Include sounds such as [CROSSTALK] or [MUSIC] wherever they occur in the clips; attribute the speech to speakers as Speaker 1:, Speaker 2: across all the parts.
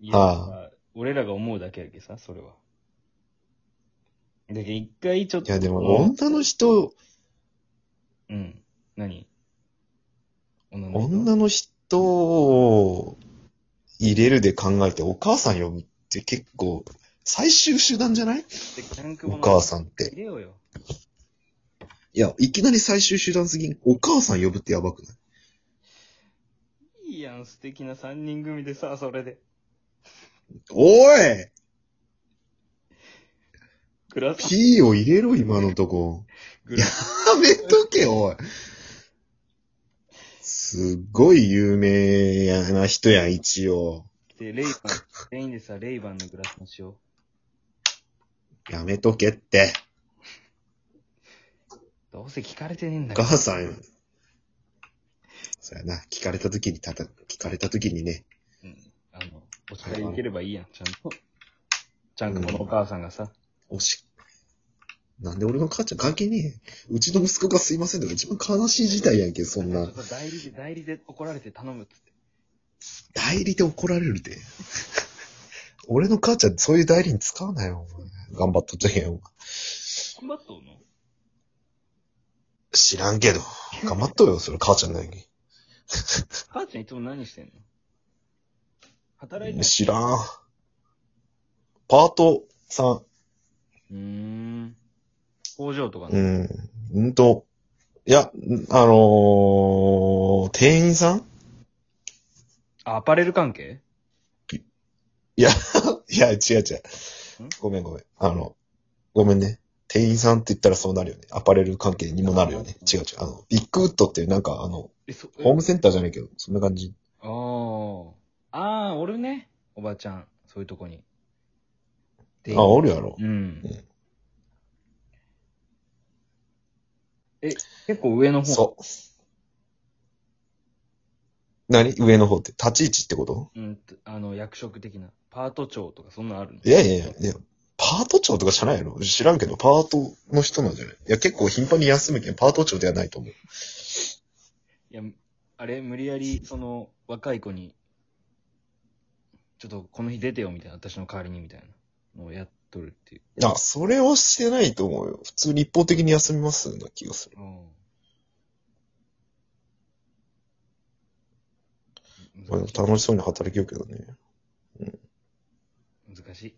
Speaker 1: いや、
Speaker 2: あ
Speaker 1: 俺らが思うだけやけさ、それは。だけど一回ちょっ
Speaker 2: い
Speaker 1: と。
Speaker 2: や、でも、女の人、
Speaker 1: うん。何女の人
Speaker 2: 女の人を入れるで考えて、お母さん呼ぶって結構、最終手段じゃないお母さんっ
Speaker 1: 入
Speaker 2: て。
Speaker 1: れようよ。
Speaker 2: いや、いきなり最終手段すぎん。お母さん呼ぶってやばくない
Speaker 1: いいやん、素敵な3人組でさ、そ [LAUGHS] れで。
Speaker 2: おい
Speaker 1: グラス、
Speaker 2: !P を入れろ、今のとこ。
Speaker 1: グラ
Speaker 2: やめとけ、おい。すっごい有名やな人やん、一応。
Speaker 1: で、レイバン、全員でさ、レイバンのグラスのしよ
Speaker 2: やめとけって。
Speaker 1: う。どうせ聞かれてねえん
Speaker 2: お
Speaker 1: だから。
Speaker 2: 母さん。そうやな、聞かれた時にたた、聞かれた時にね。
Speaker 1: うん。あの、お茶でいければいいやん、ちゃんと。ちゃんくものお母さんがさ、
Speaker 2: おし、なんで俺の母ちゃん関係ねえ。うちの息子がすいませんとか一番悲しい事態やんけ、そ
Speaker 1: ち
Speaker 2: ん
Speaker 1: ょ
Speaker 2: な
Speaker 1: っ。と代理で、代理で怒られて頼むっつって。
Speaker 2: 代理で怒られるで。俺の母ちゃん、そういう代理に使わなよ、お前。頑張っとっちゃけよ。
Speaker 1: 頑張っとうの
Speaker 2: 知らんけど。頑張っとよ、それ母ちゃんなんやけ
Speaker 1: 母ちゃんいつも何してんの働いてる
Speaker 2: 知らん。パートさ
Speaker 1: うーん。工場とか
Speaker 2: ん、う
Speaker 1: ね。
Speaker 2: ん、うんと、いや、んあのー、店員さん
Speaker 1: あ、アパレル関係
Speaker 2: いや、いや、違う違う。ごめんごめん。あの、ごめんね。店員さんって言ったらそうなるよね。アパレル関係にもなるよね。違う違う。あの、ビッグウッドっていうなんかあの、
Speaker 1: え、そ、え
Speaker 2: ホームセンターじゃないけど、そんな感じ。
Speaker 1: あー。あー、おるね。おばちゃん。そういうとこに。で
Speaker 2: あ、おるやろ。
Speaker 1: うん
Speaker 2: うん。
Speaker 1: え、結構上の方。
Speaker 2: そう。何上の方って。立ち位置ってこと
Speaker 1: う。ん、あの、役職的な。パート長とかそんなのあるの
Speaker 2: いやいやいや、いや、パート長とかじゃないの知らんけど、パートの人なんじゃないいや、結構頻繁に休むけど、パート長ではないと思う。
Speaker 1: いや、あれ、無理やり、その、若い子に、ちょっとこの日出てよ、みたいな、私の代わりに、みたいなのをやっとるっていう。
Speaker 2: あ、それはしてないと思うよ。普通に一方的に休みますな気がする。
Speaker 1: うん。
Speaker 2: まあ、
Speaker 1: 難しい。
Speaker 2: 楽しそうに働きようけどね。
Speaker 1: 難しい。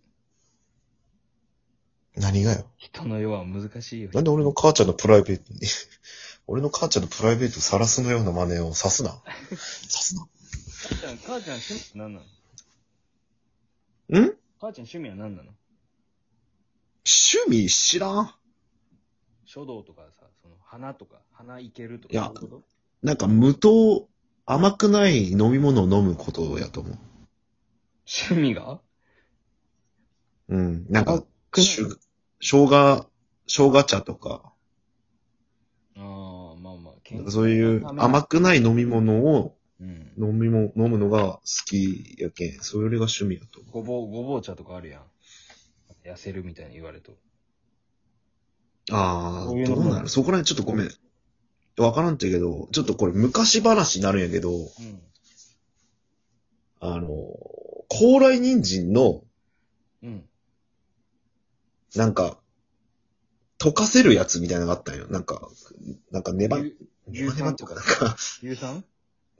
Speaker 2: 何がよ。
Speaker 1: 人の世は難しいよ。
Speaker 2: なんで俺の母ちゃんのプライベートに、 [LAUGHS] 俺の母ちゃんのプライベートを晒すのような真似をさすな。さすな。
Speaker 1: 母ちゃん、母ちゃん趣味って何なの
Speaker 2: ん
Speaker 1: 母ちゃん趣味は何なの
Speaker 2: 趣味知らん。
Speaker 1: 書道とかさ、その、花とか、花いけるとか。
Speaker 2: いや
Speaker 1: そううこと
Speaker 2: なんか無糖、甘くない飲み物を飲むことやと思う。
Speaker 1: 趣味が
Speaker 2: うん。なん
Speaker 1: 甘
Speaker 2: か、
Speaker 1: くない
Speaker 2: しゅ生姜、生姜茶とか、
Speaker 1: ああ、まあまあ、
Speaker 2: そういう甘
Speaker 1: く。
Speaker 2: くない飲み物を
Speaker 1: うん。
Speaker 2: 飲みも、飲むのが好きやけん、それが趣味やと思
Speaker 1: ごぼう、ごぼう茶とかあるやん。痩せるみたいに言われと。
Speaker 2: う。あ
Speaker 1: そういう
Speaker 2: あ、
Speaker 1: の
Speaker 2: ど
Speaker 1: も
Speaker 2: うなるそこら辺ちょっとごめん。わからんってけど、ちょっとこれ昔話になるんやけど、
Speaker 1: うん。
Speaker 2: あの、高麗人参の、
Speaker 1: うん。
Speaker 2: なんか、溶かせるやつみたいなのがあったんよ。なんか、なんかネバ、
Speaker 1: 牛
Speaker 2: ネバネバっていうか、
Speaker 1: 牛
Speaker 2: なんか、
Speaker 1: 牛さん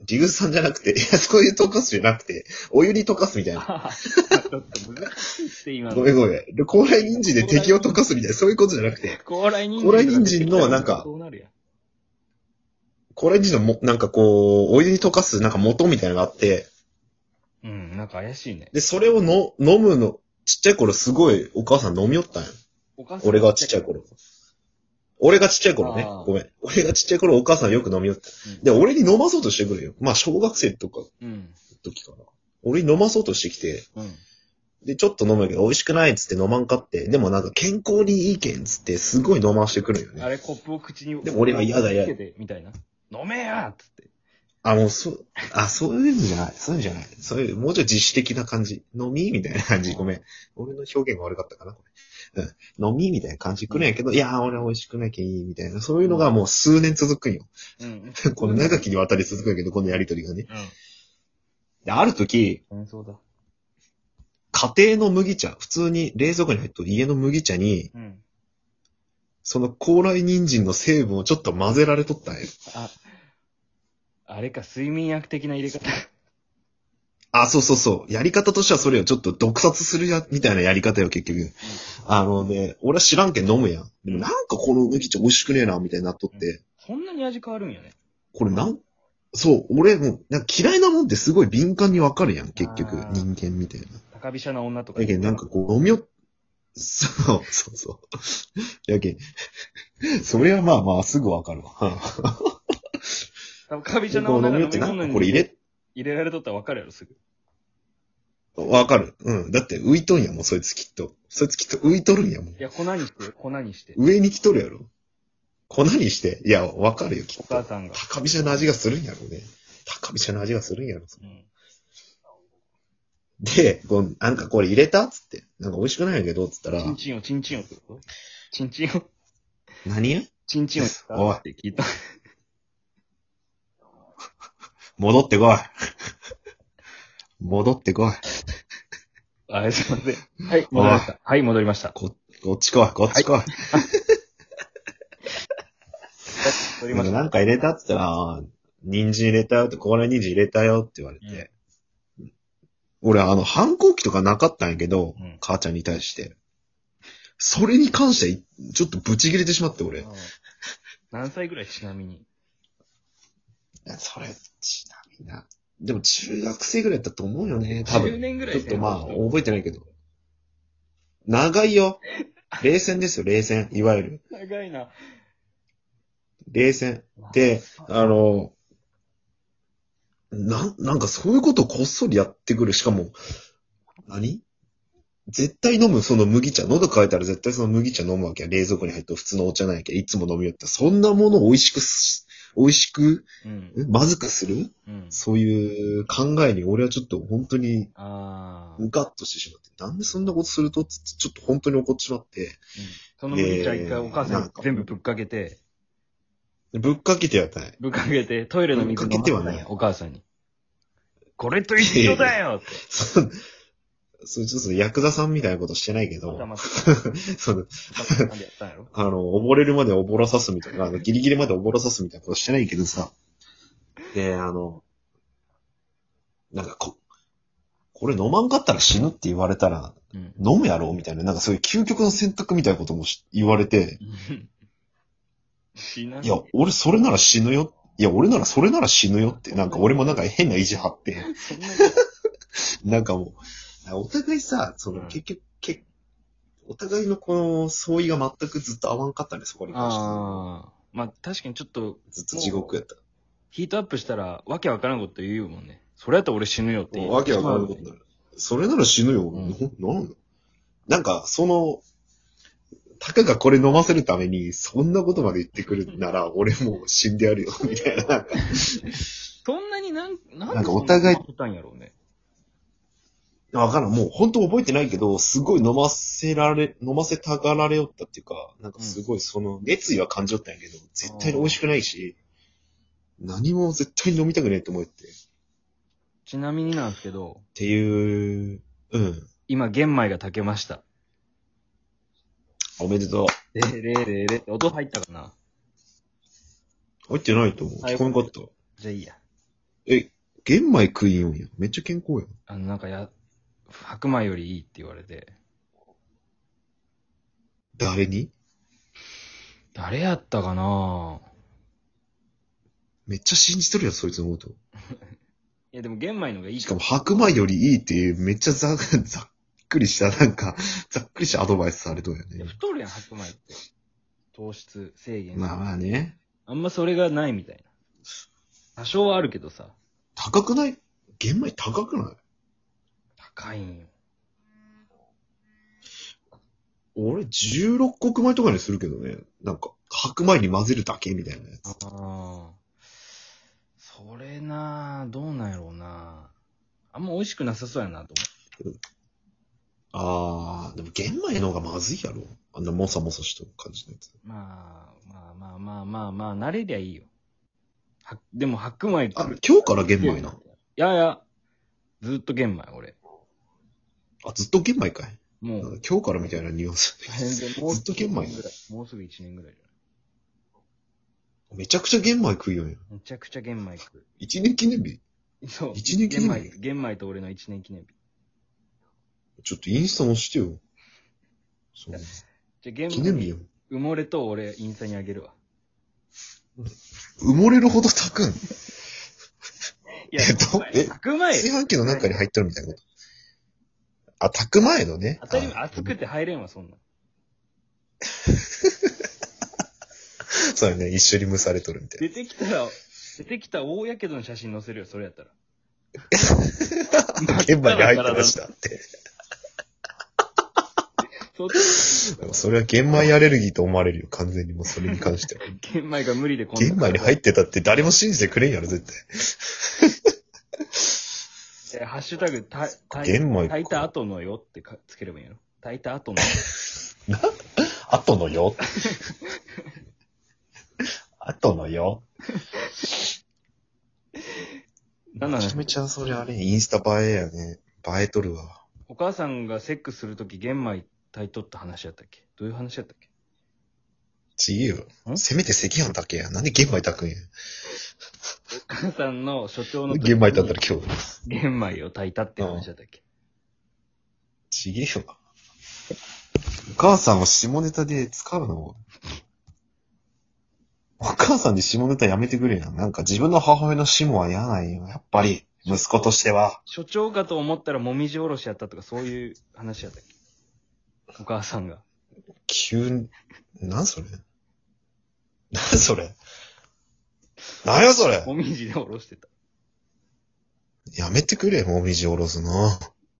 Speaker 2: 硫酸じゃなくて、いや、そういう溶かすじゃなくて、お湯に溶かすみたいな。
Speaker 1: あー [LAUGHS] ちょっと難しいって今の。
Speaker 2: ごめんごめん。で高麗人参で敵を溶かすみたいな、そういうことじゃなくて、
Speaker 1: 高麗人参。
Speaker 2: 高麗人参のなんか
Speaker 1: そうなるやん。
Speaker 2: 高麗人参のも、なんかこう、お湯に溶かすなんか元みたいなのがあって、
Speaker 1: うん、なんか怪しいね。
Speaker 2: で、それをの飲むの、ちっちゃい頃すごいお母さん飲みよったんよ。
Speaker 1: お母さん
Speaker 2: 俺がちっちゃい頃。俺がちっちゃい頃ね
Speaker 1: あー。
Speaker 2: ごめん。俺がちっちゃい頃お母さんよく飲みよった。
Speaker 1: うん
Speaker 2: で、俺に飲まそうとしてくるよ。まあ、小学生とかの
Speaker 1: うん。
Speaker 2: 時かな。俺に飲まそうとしてきて、
Speaker 1: うん。
Speaker 2: で、ちょっと飲むけど美味しくないっつって飲まんかって、でもなんか健康にいいけんっつってすごい飲ましてくるんよね
Speaker 1: あ。れ、コップを口に。
Speaker 2: でも俺は嫌だ嫌だ
Speaker 1: つけてみたいな。飲めやーっつって。
Speaker 2: あ、もう、そう、あ、そういうのじゃない。そういうのじゃない。そういう、もうちょい自主的な感じ。飲みみたいな感じ。ごめん。俺の表現が悪かったかな。これうん。飲みみたいな感じくるんやけど、いやー、俺は美味しくなきゃいい、みたいな。そういうのがもう数年続くんよ。 [LAUGHS]
Speaker 1: うん。
Speaker 2: この長きにわたり続くんやけど、このやりとりがね。
Speaker 1: うん。
Speaker 2: で、ある時、
Speaker 1: 戦争だ。
Speaker 2: 家庭の麦茶、普通に冷蔵庫に入ってる家の麦茶に、
Speaker 1: うん。
Speaker 2: その高麗人参の成分をちょっと混ぜられとったんや。
Speaker 1: あ、あれか、睡眠薬的な入れ方。 [LAUGHS]
Speaker 2: あ、そうそうそう。やり方としてはそれをちょっと毒殺するや、みたいなやり方よ、結局。あのね、俺は知らんけん飲むやん。でもなんかこの麦茶美味しくねえな、みたいになっとって。
Speaker 1: そんなに味変わるんやね。
Speaker 2: これなん、そう、俺もう、なんか嫌いなもんってすごい敏感にわかるやん、結局
Speaker 1: あ。ー
Speaker 2: 人間みたいな。
Speaker 1: 高飛車な女とか。
Speaker 2: やけん、なんかこう、飲みよ、そう、そうそう。やけん、それはまあまあ、すぐわかるわ。
Speaker 1: 高飛車な
Speaker 2: こう
Speaker 1: 女
Speaker 2: 飲
Speaker 1: が
Speaker 2: みよ
Speaker 1: 飲
Speaker 2: っ
Speaker 1: み
Speaker 2: てな
Speaker 1: 込
Speaker 2: ん
Speaker 1: んだ
Speaker 2: か
Speaker 1: の
Speaker 2: これ入れ、
Speaker 1: 入れられとったらわかるやろ、すぐ。
Speaker 2: わかる。うん。だって浮いとんやもん、そいつきっと。そいつきっと浮いとるんやもん
Speaker 1: い。や、粉に
Speaker 2: [LAUGHS]
Speaker 1: して、粉にして。
Speaker 2: 上に来とるやろ。粉にして。いや、わかるよ、き
Speaker 1: お
Speaker 2: っ
Speaker 1: 母
Speaker 2: と。
Speaker 1: さんが。
Speaker 2: 高飛車の味がするんやろうね。高飛車の味がするんやろ。
Speaker 1: うん。
Speaker 2: で、こうなんかこれ入れたつって。なんか美味しくないんやけど、つったら
Speaker 1: チ、ンチンを、チンチンをってことチンチンを、
Speaker 2: 何
Speaker 1: チンチンをした
Speaker 2: おい
Speaker 1: って聞いた。
Speaker 2: 戻ってこい。 [LAUGHS] 戻ってこい。
Speaker 1: あ、すいません。はい、戻りました。はい、戻りました。
Speaker 2: こ、こっち来い、こっち来い。
Speaker 1: 戻りました。
Speaker 2: なんか入れたって言ったら、あー人参入れたよって、高麗人参入れたよって言われて。俺、あの、反抗期とかなかったんやけど、
Speaker 1: うん
Speaker 2: 母ちゃんに対して。それに関してい、ちょっとブチ切れてしまって、俺。
Speaker 1: うん何歳ぐらいちなみに。
Speaker 2: それ、ちなみにな。でも、中学生ぐらいだったと思うよね、多
Speaker 1: 10
Speaker 2: 分。
Speaker 1: 年ぐら
Speaker 2: ちょ
Speaker 1: い
Speaker 2: っとまあ、覚えてないけど。長いよ。冷戦ですよ、冷戦。いわゆる。
Speaker 1: 長いな。
Speaker 2: 冷戦。で、あの、なん、なんかそういうことをこっそりやってくる。しかも、何絶対飲む、その麦茶。喉乾いたら絶対その麦茶飲むわけや。冷蔵庫に入ってる普通のお茶なんやけど、いつも飲みよって。そんなものを美味しくす、美味しく、
Speaker 1: うん。
Speaker 2: んまずくする
Speaker 1: うん。
Speaker 2: そういう考えに俺はちょっと本当に
Speaker 1: ああ。うん
Speaker 2: ムカッとしてしまって。なんでそんなことするとつってちょっと本当に怒ってしまって。
Speaker 1: その麦茶一
Speaker 2: え
Speaker 1: 回
Speaker 2: ー
Speaker 1: お母さんに全部ぶっかけて、
Speaker 2: ぶっかけてやったんや。 [LAUGHS]
Speaker 1: ぶっかけて、トイレの水飲ませ
Speaker 2: ぶ
Speaker 1: た
Speaker 2: っか
Speaker 1: ん
Speaker 2: けては
Speaker 1: や
Speaker 2: な、
Speaker 1: お母さんに。これと一緒だよって。
Speaker 2: そそう、ちょっとヤクザさんみたいなことしてないけ
Speaker 1: また
Speaker 2: ど、
Speaker 1: また、
Speaker 2: [LAUGHS] その、
Speaker 1: またなんでやったんやろ
Speaker 2: あの、溺れるまで溺らさすみたいな、あの、ギリギリまで溺らさすみたいなことしてないけどさ。で、あの、なんかこ、これ飲まんかったら死ぬって言われたら、
Speaker 1: うん。
Speaker 2: 飲むやろみたいな、なんかそういう究極の選択みたいなこともし言われて、
Speaker 1: 死なない
Speaker 2: いや、俺それなら死ぬよ。いや、俺ならそれなら死ぬよって、なんか俺もなんか変な意地張って、
Speaker 1: そんな
Speaker 2: なんかもう、お互いさ、その
Speaker 1: うん
Speaker 2: 結局、けお互いのこの相違が全くずっと合わんかったね、そこに関し
Speaker 1: ああ。まあ確かにちょっと、
Speaker 2: て。ずっと地獄やった。
Speaker 1: ヒートアップしたら、わけわからんこと言うもんね。それやったら俺死ぬよって言
Speaker 2: も
Speaker 1: う。
Speaker 2: うわけわからんことになる。それなら死ぬよ。
Speaker 1: うん
Speaker 2: ななんだなんか、その、たかがこれ飲ませるために、そんなことまで言ってくるなら、俺もう死んでやるよ、みたいな。なんか
Speaker 1: そんなになん、なん
Speaker 2: なんかお互い
Speaker 1: でそんなことしたんやろうね。
Speaker 2: わからん。もう本当覚えてないけど、すごい飲ませられ、飲ませたがられよったっていうか、なんかすごいその熱意は感じよったんやけど、絶対に美味しくないし、何も絶対に飲みたくねえって思って。っ
Speaker 1: ちなみになんですけど、
Speaker 2: ていう、うん。
Speaker 1: 今玄米が炊けました。
Speaker 2: おめでとう。
Speaker 1: レーレーレーレーって音入ったかな
Speaker 2: 入ってないと思う。
Speaker 1: はい
Speaker 2: 聞こえんかった。
Speaker 1: じゃあいいや。
Speaker 2: え、玄米食いよんや。めっちゃ健康やん。
Speaker 1: あの、なんかや、白米よりいいって言われて。
Speaker 2: 誰に
Speaker 1: 誰やったかな
Speaker 2: めっちゃ信じとるやん、そいつのこと。
Speaker 1: いやでも玄米のがいい
Speaker 2: しかも白米よりいいっていう、めっちゃざ、ざっくりした、なんか、ざっくりしたアドバイスされとるよ
Speaker 1: いや
Speaker 2: ね。
Speaker 1: 太るやん、白米って。糖質制限。
Speaker 2: まあまあね。
Speaker 1: あんまそれがないみたいな。多少はあるけどさ。
Speaker 2: 高くない玄米高くない
Speaker 1: 高いんよ。
Speaker 2: 俺16穀米とかにするけどね。なんか、白米に混ぜるだけみたいなや
Speaker 1: あ
Speaker 2: つ。
Speaker 1: あ。それなあどうなんやろうなあんま美味しくなさそうやなと
Speaker 2: あー、でも玄米の方がまずいやろ。あんなもさもさしとる感じのやつ。
Speaker 1: 思う。まあ、まあまあまあまあまあ、慣れりゃいいよ。はでも白米
Speaker 2: あ、今日から玄米
Speaker 1: い
Speaker 2: な。
Speaker 1: やいや、ずっと玄米、俺。
Speaker 2: あ、ずっと玄米かい。
Speaker 1: も
Speaker 2: なん
Speaker 1: う、
Speaker 2: か今日からみたいなニュアンス。 [LAUGHS]
Speaker 1: 全然、もう
Speaker 2: ずっと玄米
Speaker 1: ぐらい。もうすぐ1年ぐらいじゃ
Speaker 2: めちゃくちゃ玄米食いよんや。
Speaker 1: ないめちゃくちゃ玄米食
Speaker 2: 一年記念日。
Speaker 1: う。そう。
Speaker 2: 一年記
Speaker 1: 玄
Speaker 2: 念日
Speaker 1: 米、玄米と俺の1年記念日。
Speaker 2: ちょっとインスタもしてよ。そ
Speaker 1: じ
Speaker 2: う。
Speaker 1: ゃあ、玄
Speaker 2: 記念日
Speaker 1: 米、
Speaker 2: よ。
Speaker 1: 埋もれと俺、インスタにあげるわ。
Speaker 2: 埋もれるほど炊くん。
Speaker 1: いや
Speaker 2: えっとえ
Speaker 1: 炊く前
Speaker 2: 炊飯器の中に入ってるみたいなこと。あ、炊く前のね。
Speaker 1: 当たり前、
Speaker 2: あ
Speaker 1: 熱くて入れんわ、そんなん。
Speaker 2: そうやね。一緒に蒸されとるみたい
Speaker 1: 出てきたら、出てきた大やけどの写真載せるよ、それやったら。
Speaker 2: な。 [LAUGHS] 玄米に入ってましたって。
Speaker 1: そっ
Speaker 2: でもそれは玄米アレルギーと思われるよ。完全にもうそれに
Speaker 1: [LAUGHS]
Speaker 2: 関しては。
Speaker 1: 玄米が無理でこんな。
Speaker 2: 玄米に入
Speaker 1: っ
Speaker 2: ってたって誰も信じてくれんやろ、絶対。
Speaker 1: て。ハッシュタグ、た、た
Speaker 2: 玄米
Speaker 1: 炊いた後のよってかつければいいんやろ。炊いた
Speaker 2: [LAUGHS]
Speaker 1: 後の。
Speaker 2: 後
Speaker 1: [LAUGHS]
Speaker 2: のよ。後のよ。
Speaker 1: なんな
Speaker 2: め
Speaker 1: ん
Speaker 2: ちゃめちゃそれあれ、インスタ映えやね。映えとるわ。
Speaker 1: お母さんがセックスするとき玄米炊いとった話やったっけどういう話やったっけ
Speaker 2: ちげえよ。
Speaker 1: ん
Speaker 2: せめて赤飯だけや。なんで玄米炊くんや。
Speaker 1: お母さんの所長の時
Speaker 2: 玄米炊ったら今日。
Speaker 1: 玄米を炊いたって話やったっけ、
Speaker 2: ちげえよな。お母さんを下ネタで使うのお母さんに下ネタやめてくれやん。なんか自分の母親の下は嫌なんよ。やっぱり。息子としては。
Speaker 1: 所長かと思ったらもみじおろしやったとかそういう話やったっけお母さんが。
Speaker 2: 急に、なんそれなんそれなんやそれ
Speaker 1: もみじでおろしてた。
Speaker 2: やめてくれ、もみじおろすの。